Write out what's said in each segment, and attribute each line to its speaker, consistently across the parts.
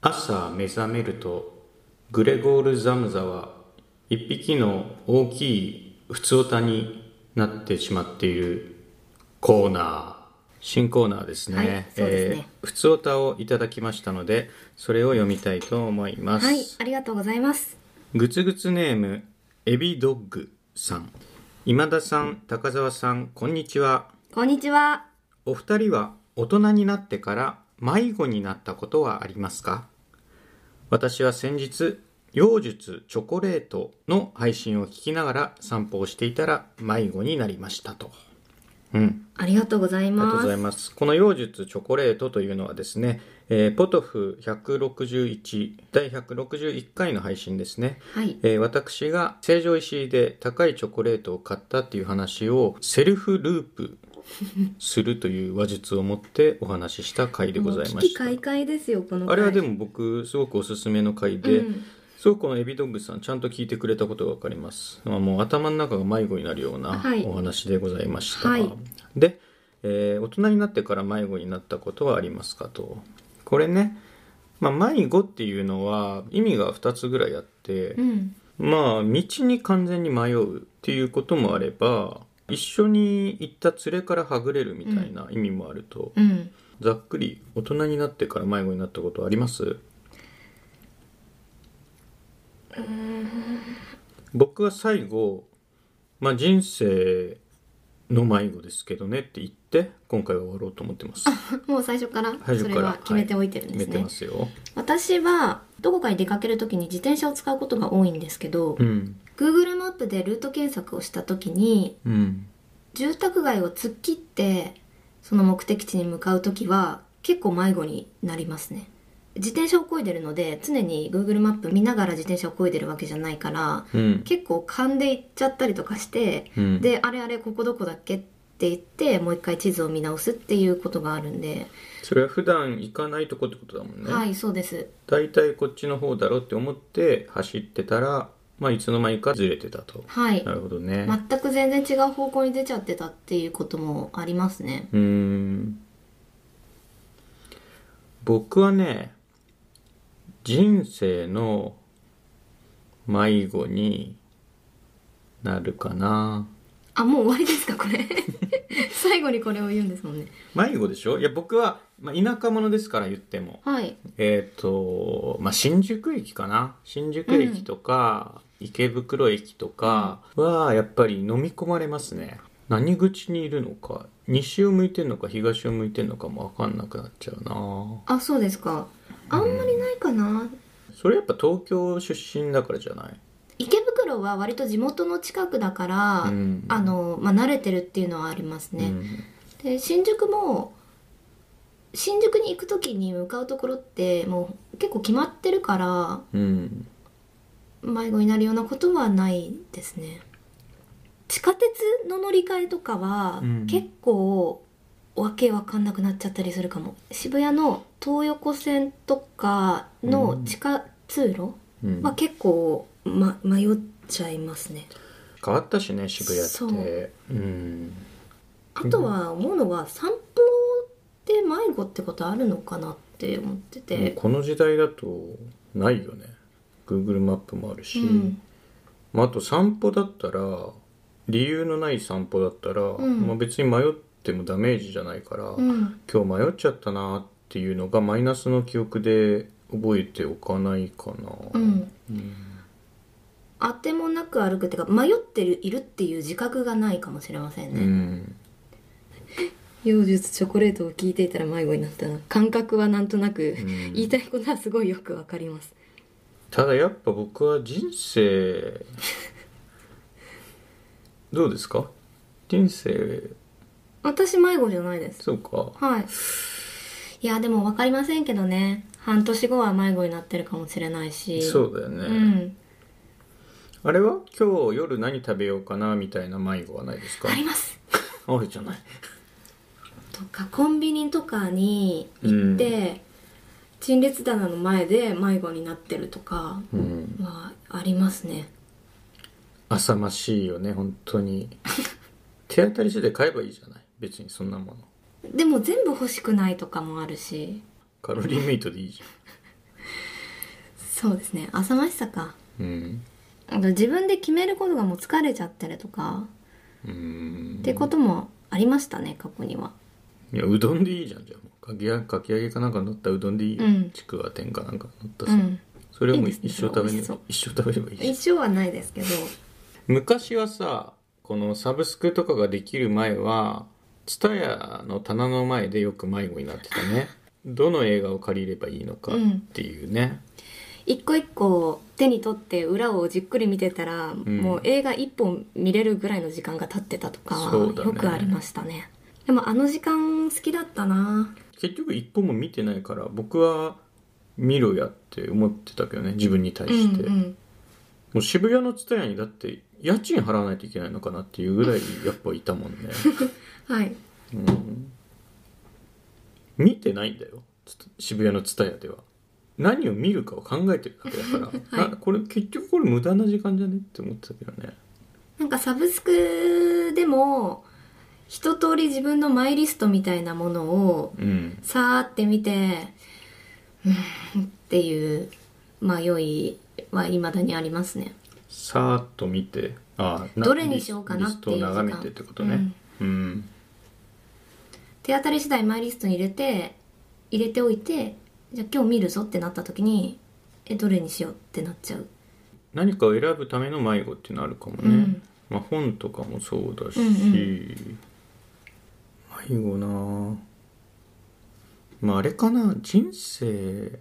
Speaker 1: 朝目覚めるとグレゴール・ザムザは一匹の大きい普通歌になってしまっているコーナー新コーナーですね,、
Speaker 2: はいそうですね
Speaker 1: 普通歌をいただきましたのでそれを読みたいと思います、
Speaker 2: はい、ありがとうございます。
Speaker 1: グツグツネームエビドッグさん今田さん高澤さんこんにちは
Speaker 2: こんにちは。
Speaker 1: お二人は大人になってから迷子になったことはありますか私は先日妖術チョコレートの配信を聞きながら散歩をしていたら迷子になりましたとうん
Speaker 2: ありがとうござい
Speaker 1: ありがとう
Speaker 2: ま
Speaker 1: ご
Speaker 2: す。
Speaker 1: ざいます。この妖術チョコレートというのはですね、えーポトフ161第161回の配信ですね。
Speaker 2: はい。
Speaker 1: えー私が成城石井で高いチョコレートを買ったっていう話をセルフループするという話術を持ってお話しした回でござい
Speaker 2: も
Speaker 1: ま
Speaker 2: う
Speaker 1: し
Speaker 2: 危機
Speaker 1: た。
Speaker 2: 開会ですよ、この回。
Speaker 1: あれはでも僕すごくおすすめの回で、
Speaker 2: うん
Speaker 1: すごくこのエビドッグさんちゃんと聞いてくれたことが分かります、まあ、もう頭の中が迷子になるような
Speaker 2: はい
Speaker 1: お話でございました、
Speaker 2: はい
Speaker 1: で、えー大人になってから迷子になったことはありますかとこれね、まあ、迷子っていうのは意味が2つぐらいあって、
Speaker 2: うん。
Speaker 1: まあ道に完全に迷うっていうこともあれば一緒に行った連れからはぐれるみたいな意味もあると、
Speaker 2: うん。
Speaker 1: ざっくり大人になってから迷子になったことあります僕は最後、まあ、人生の迷子ですけどねって言って今回は終わろうと思ってます
Speaker 2: もう最初から
Speaker 1: 最初
Speaker 2: そ
Speaker 1: から
Speaker 2: れは決めておいてるんで
Speaker 1: 決
Speaker 2: す
Speaker 1: め
Speaker 2: ね。
Speaker 1: てますよ、
Speaker 2: 私はどこかに出かけるときに自転車を使うことが多いんですけど、
Speaker 1: うん
Speaker 2: Google マップでルート検索をしたときに、
Speaker 1: うん、
Speaker 2: 住宅街を突っ切ってその目的地に向かう時は結構迷子になりますね自転車を漕いでるので常に Google マップ見ながら自転車を漕いでるわけじゃないから
Speaker 1: うん
Speaker 2: 結構噛んでいっちゃったりとかして、
Speaker 1: うん
Speaker 2: であれあれここどこだっけって言ってもう一回地図を見直すっていうことがあるんで、
Speaker 1: それは普段行かないとこってことだもんね、
Speaker 2: はいそうです
Speaker 1: 大体こっちの方だろって思って走ってたら、まあ、いつの間にかずれてたと
Speaker 2: はい
Speaker 1: なるほどね、
Speaker 2: 全く全然違う方向に出ちゃってたっていうこともありますね
Speaker 1: うーん僕はね人生の迷子になるかな
Speaker 2: あもう終わりですかこれ最後にこれを言うんですもんね
Speaker 1: 迷子でしょいや僕は、まあ、田舎者ですから言っても
Speaker 2: はい
Speaker 1: えっ、と、まあ、新宿駅かな新宿駅とか、池袋駅とかはやっぱり飲み込まれますね何口にいるのか西を向いてんのか東を向いてんのかも分かんなくなっちゃうな
Speaker 2: あそうですかあんまりないかな、
Speaker 1: それやっぱ東京出身だからじゃない
Speaker 2: 池袋は割と地元の近くだから、
Speaker 1: うん
Speaker 2: あの、まあ、慣れてるっていうのはありますね、
Speaker 1: うん
Speaker 2: で新宿も新宿に行く時に向かうところってもう結構決まってるから
Speaker 1: うん
Speaker 2: 迷子になるようなことはないですね地下鉄の乗り換えとかは、
Speaker 1: うん
Speaker 2: 結構わけわかんなくなっちゃったりするかも渋谷の東横線とかの地下通路、
Speaker 1: うん
Speaker 2: まあ、結構、ま、迷っちゃいますね
Speaker 1: 変わったしね渋谷
Speaker 2: そ
Speaker 1: ってうん
Speaker 2: あとは思うのは散歩で迷子ってことあるのかなって思って
Speaker 1: もう
Speaker 2: て、
Speaker 1: この時代だとないよね Google マップもあるし、
Speaker 2: うん
Speaker 1: まあ、あと散歩だったら理由のない散歩だったら、
Speaker 2: ん
Speaker 1: まあ、別に迷ってもダメージじゃないから、
Speaker 2: うん、
Speaker 1: 今日迷っちゃったなっていうのがマイナスの記憶で覚えておかないかな、
Speaker 2: うん、
Speaker 1: うん
Speaker 2: 当てもなく歩くっていうか迷ってるいるっていう自覚がないかもしれません
Speaker 1: う
Speaker 2: ね、
Speaker 1: ん
Speaker 2: 妖術チョコレートを聞いていたら迷子になったな感覚はなんとなく、
Speaker 1: ん
Speaker 2: 言いたいことはすごいよくわかります
Speaker 1: ただやっぱ僕は人生 どうですか人生
Speaker 2: 私迷子じゃないです
Speaker 1: そうか
Speaker 2: はいいやでもわかりませんけどね半年後は迷子になってるかもしれないし
Speaker 1: そうだよね、
Speaker 2: うん
Speaker 1: あれは今日夜何食べようかなみたいな迷子はないですか
Speaker 2: あります
Speaker 1: あるじゃない
Speaker 2: とかコンビニとかに行って、陳列棚の前で迷子になってるとか
Speaker 1: うん
Speaker 2: はありますね
Speaker 1: 浅ましいよね本当に 手当たり次第買えばいいじゃない別にそんなもの
Speaker 2: でも全部欲しくないとかもあるし
Speaker 1: カロリーメイトでいいじゃん
Speaker 2: そうですね浅ましさか
Speaker 1: うん
Speaker 2: なんか自分で決めることがもう疲れちゃったりとか、
Speaker 1: うん
Speaker 2: ってこともありましたね過去にはい
Speaker 1: やうどんでいいじゃんじゃあもうかき揚げかき揚げかなんか乗ったうどんでいいよ、
Speaker 2: うん
Speaker 1: ちくわ天かなんか乗った
Speaker 2: う
Speaker 1: さ、
Speaker 2: ん
Speaker 1: それをもう
Speaker 2: いいで
Speaker 1: 一
Speaker 2: すね
Speaker 1: 生食べれ
Speaker 2: 美味しそう
Speaker 1: 一生食べればいいじゃん
Speaker 2: 一生はないですけど
Speaker 1: 昔はさこのサブスクとかができる前は TSUTAYA の棚の前でよく迷子になってた ねどの映画を借りればいいのかっていうね、
Speaker 2: 一個一個手に取って裏をじっくり見てたら、
Speaker 1: ん
Speaker 2: もう映画一本見れるぐらいの時間が経ってたとか、
Speaker 1: そうだね
Speaker 2: よくありましたねでもあの時間好きだったな
Speaker 1: 結局一個も見てないから僕は見ろやって思ってたけどね自分に対して、
Speaker 2: うんうん
Speaker 1: もう渋谷の TSUTAYA にだって家賃払わないといけないのかなっていうぐらいやっぱいたもん ね、
Speaker 2: はい
Speaker 1: うん、見てないんだよつつ渋谷の TSUTAYA では何を見るかを考えてるだけだ から、
Speaker 2: はい
Speaker 1: なこれ結局これ無駄な時間じゃねって思ってたけどね
Speaker 2: なんかサブスクでも一通り自分のマイリストみたいなものを
Speaker 1: うん
Speaker 2: さーって見てうーんっていう迷いはいまだにありますね
Speaker 1: さーっと見てああ
Speaker 2: どれにしようかなっていう
Speaker 1: リス
Speaker 2: 時
Speaker 1: トを
Speaker 2: 間
Speaker 1: 眺めてってことねうん、
Speaker 2: 手当たり次第マイリストに入れて入れておいてじゃあ今日見るぞってなった時にえどれにしようってなっちゃう、
Speaker 1: 何かを選ぶための迷子っていうのあるかもね、
Speaker 2: うん
Speaker 1: まあ、本とかもそうだし、
Speaker 2: うん
Speaker 1: 迷子なあまああれかな人 生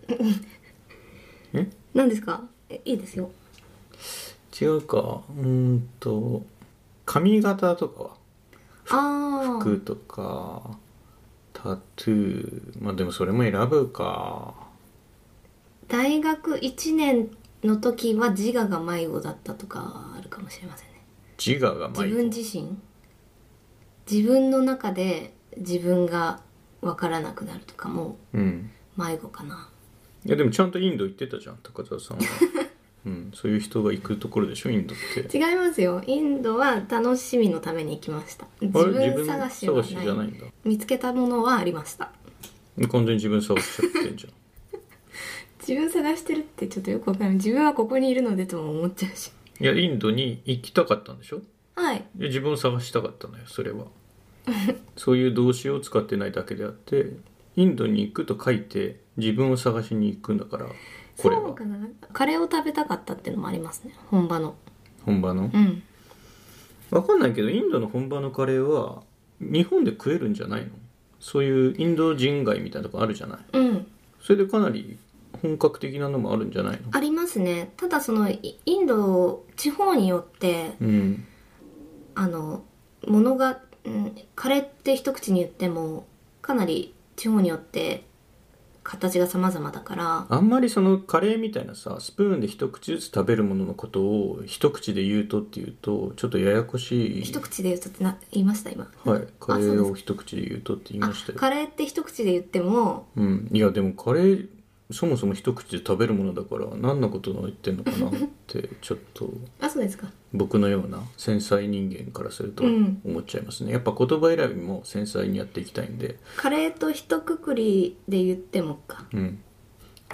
Speaker 1: え
Speaker 2: 何ですかえいいですよ
Speaker 1: 違うかうーんと髪型とかは
Speaker 2: ああ
Speaker 1: 服とかタトゥーまあでもそれも選ぶか
Speaker 2: 大学1年の時は自我が迷子だったとかあるかもしれませんね
Speaker 1: 自我が
Speaker 2: 自
Speaker 1: 迷
Speaker 2: 分
Speaker 1: 子
Speaker 2: 自身自分の中で自分が分からなくなるとかも
Speaker 1: うん
Speaker 2: 迷子かない
Speaker 1: やでもちゃんとインド行ってたじゃん高田さ んは、うん、そういう人が行くところでしょインドって
Speaker 2: 違いますよインドは楽しみのために行きました自
Speaker 1: あれ
Speaker 2: 分探しは
Speaker 1: 探しじゃないんだ
Speaker 2: 見つけたものはありました
Speaker 1: 完全に自分探しちゃってんじゃん
Speaker 2: 自分探してるってちょっとよくわかんない自分はここにいるのでとも思っちゃうし
Speaker 1: いやインドに行きたかったんでしょ
Speaker 2: はい
Speaker 1: で自分を探したかったのよそれ はそういう動詞を使ってないだけであってインドに行くと書いて自分を探しに行くんだからこれ
Speaker 2: そ
Speaker 1: は
Speaker 2: うかなカレーを食べたかったっていうのもありますね本場の
Speaker 1: 本場の
Speaker 2: うん
Speaker 1: わかんないけどインドの本場のカレーは日本で食えるんじゃないのそういうインド人街みたいなとこあるじゃない
Speaker 2: うん
Speaker 1: それでかなり本格的なのもあるんじゃないの
Speaker 2: ありますねただそのイインド地方によって
Speaker 1: うん
Speaker 2: あのものが、うん、カレーって一口に言ってもかなり地方によって形が様々だから
Speaker 1: あんまりそのカレーみたいなさスプーンで一口ずつ食べるもののことを一口で言うとっていうとちょっとややこしい
Speaker 2: 一口で言うとってな言いました今
Speaker 1: はい、カレ
Speaker 2: そうで
Speaker 1: ー
Speaker 2: す
Speaker 1: を一口で言うとって言い
Speaker 2: あ
Speaker 1: ましたよ。
Speaker 2: カレーって一口で言っても
Speaker 1: うん、いやでもカレーそもそも一口で食べるものだから何のことを言ってんのかなって ちょっと
Speaker 2: あそうですか
Speaker 1: 僕のような繊細人間からすると
Speaker 2: うん
Speaker 1: 思っちゃいますね。やっぱ言葉選びも繊細にやっていきたいんで、
Speaker 2: カレーと一括りで言ってもか
Speaker 1: うん。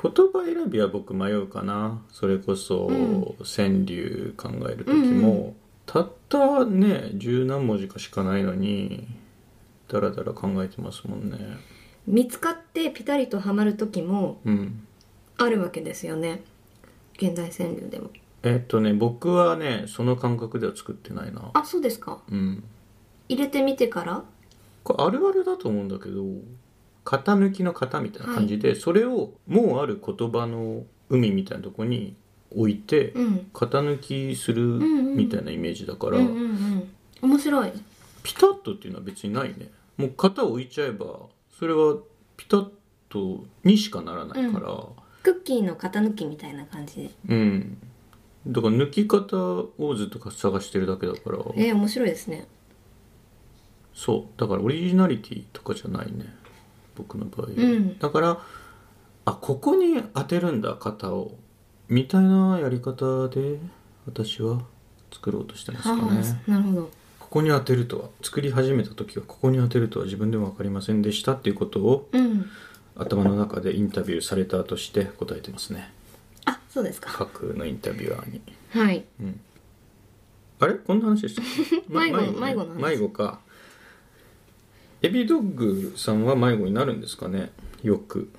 Speaker 1: 言葉選びは僕迷うかな。それこそ
Speaker 2: うん
Speaker 1: 川柳考える時
Speaker 2: うんう
Speaker 1: もたったね十何文字かしかないのにだらだら考えてますもんね。
Speaker 2: 見つかってピタリとハマる時も
Speaker 1: うん。
Speaker 2: あるわけですよね現代川柳でも
Speaker 1: えっとね僕はねその感覚では作ってないな
Speaker 2: あそうですか
Speaker 1: うん
Speaker 2: 入れてみてから
Speaker 1: これあるあるだと思うんだけど型抜きの型みたいな感じで、それをもうある言葉の海みたいなとこに置いて、
Speaker 2: うん
Speaker 1: 型抜きする
Speaker 2: んうん
Speaker 1: みたいなイメージだか
Speaker 2: うんう
Speaker 1: ら、
Speaker 2: んうん面白い
Speaker 1: ピタッとっていうのは別にないねもう型を置いちゃえばそれはピタッとにしかならないから、
Speaker 2: クッキーの型抜きみたいな感じで
Speaker 1: うん、だから抜き方をずっと探してるだけだから
Speaker 2: えー、面白いですね
Speaker 1: そうだからオリジナリティとかじゃないね僕の場合は、
Speaker 2: うん
Speaker 1: だからあここに当てるんだ型をみたいなやり方で私は作ろうとしてますかね
Speaker 2: ああなるほど
Speaker 1: ここに当てるとは作り始めた時はここに当てるとは自分でも分かりませんでしたっていうことを
Speaker 2: うん
Speaker 1: 頭の中でインタビューされたとして答えてますね
Speaker 2: あそうですか。
Speaker 1: 架空のインタビュアーに
Speaker 2: はい。
Speaker 1: あれこんな話でしたっけま
Speaker 2: 迷子迷
Speaker 1: ね
Speaker 2: 子の話
Speaker 1: 迷子かエビドッグさんは迷子になるんですかねよく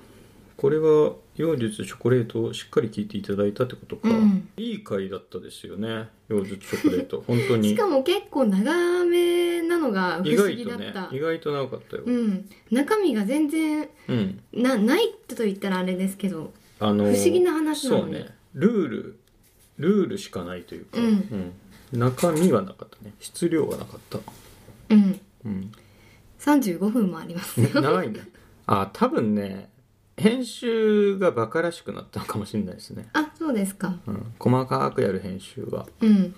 Speaker 1: これは妖術チョコレートをしっかり聞いていただいたってことか、
Speaker 2: うん
Speaker 1: いい回だったですよね妖術チョコレート本当に
Speaker 2: しかも結構長めなのが
Speaker 1: 意
Speaker 2: 不思
Speaker 1: 外
Speaker 2: 議だ
Speaker 1: と
Speaker 2: っ
Speaker 1: ね
Speaker 2: た。
Speaker 1: 意外と長かったよ、
Speaker 2: うん。中身が全然
Speaker 1: うん
Speaker 2: なないと言ったらあれですけど、
Speaker 1: あの
Speaker 2: 不思議な話なのに
Speaker 1: そうねルールルールしかないというか、
Speaker 2: うん
Speaker 1: うん中身はなかったね質量はなかった、
Speaker 2: うん。
Speaker 1: うん、
Speaker 2: 35分もあります。
Speaker 1: 長いんだあ多分ね編集がバカらしくなったのかもしれないですね、
Speaker 2: あ、そうですか。
Speaker 1: うん、細かくやる編集は
Speaker 2: うん。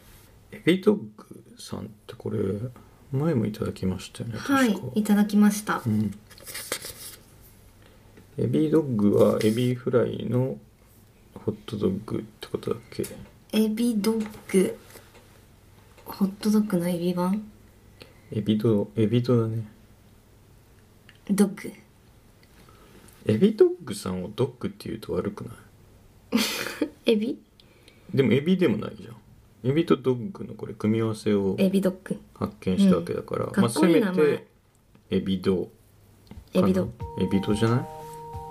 Speaker 1: エビドッグさんってこれ前もいただきましたよね確か、
Speaker 2: はい。いただきました
Speaker 1: う。ん、エビドッグはエビフライのホットドッグってことだっけ
Speaker 2: エビドッグ。ホットドッグのエビ版
Speaker 1: エビドエビドだね
Speaker 2: ドッグ。
Speaker 1: エビドッグさんをドッグって言うと悪くない
Speaker 2: エビ
Speaker 1: でもエビでもないじゃんエビとドッグのこれ組み合わせを
Speaker 2: エビドッグ。
Speaker 1: 発見したわけだから、
Speaker 2: うんかっこいい名前
Speaker 1: せめてエビドか
Speaker 2: エ
Speaker 1: な
Speaker 2: ビド。
Speaker 1: エビドじゃない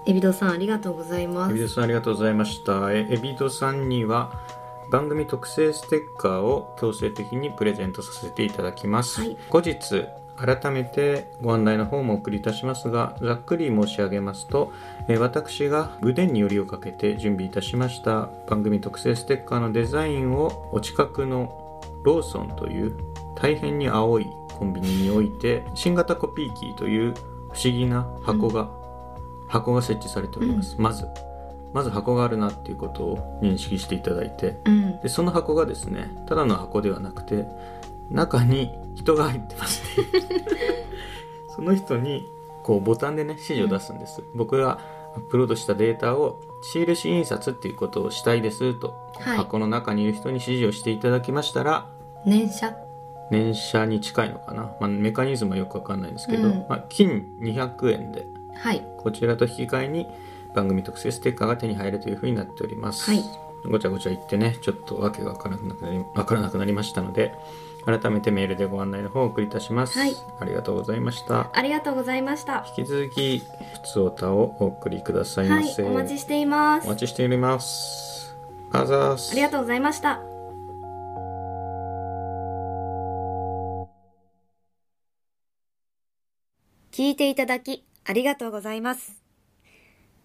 Speaker 2: エビドさんありがとうございま
Speaker 1: エビド
Speaker 2: す。
Speaker 1: さんありがとうございましたえエビドさんには番組特製ステッカーを強制的にプレゼントさせていただきます、
Speaker 2: はい
Speaker 1: 後日改めてご案内の方もお送りいたしますがざっくり申し上げますとえー私が腕によりをかけて準備いたしました番組特製ステッカーのデザインをお近くのローソンという大変に青いコンビニにおいて新型コピー機という不思議な箱が、箱が設置されております、まずまず箱があるなっていうことを認識していただいて
Speaker 2: うん。
Speaker 1: でその箱がですねただの箱ではなくて中に人が入ってます っていうその人にこうボタンでね指示を出すんです、僕がアップロードしたデータを印印刷っていうことをしたいですと、
Speaker 2: はい
Speaker 1: 箱の中にいる人に指示をしていただきましたら
Speaker 2: 念写。
Speaker 1: 年謝に近いのかな、まあ、メカニズムはよくわかんないんですけど、
Speaker 2: うん
Speaker 1: まあ、金200円で
Speaker 2: はい。
Speaker 1: こちらと引き換えに番組特製ステッカーが手に入るというふうになっております、
Speaker 2: はい
Speaker 1: ごちゃごちゃ言ってねちょっとわけがわからなくなりわからなくなりましたので改めてメールでご案内の方をお送りいたします、
Speaker 2: はい
Speaker 1: ありがとうございました
Speaker 2: ありがとうございました。
Speaker 1: 引き続き「ふつおた」をお送りください
Speaker 2: は
Speaker 1: ま
Speaker 2: い。
Speaker 1: せ、
Speaker 2: お待ちしていま
Speaker 1: お
Speaker 2: す。
Speaker 1: 待ちしておりますあざーす
Speaker 2: ありがとうございました。
Speaker 3: 聞いていただきありがとうございます。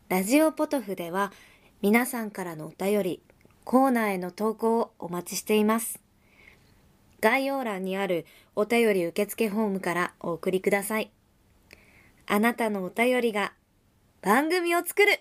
Speaker 3: ラジオポトフでは皆さんからのお便り、コーナーへの投稿をお待ちしています。概要欄にあるお便り受付フォームからお送りください。あなたのお便りが番組を作る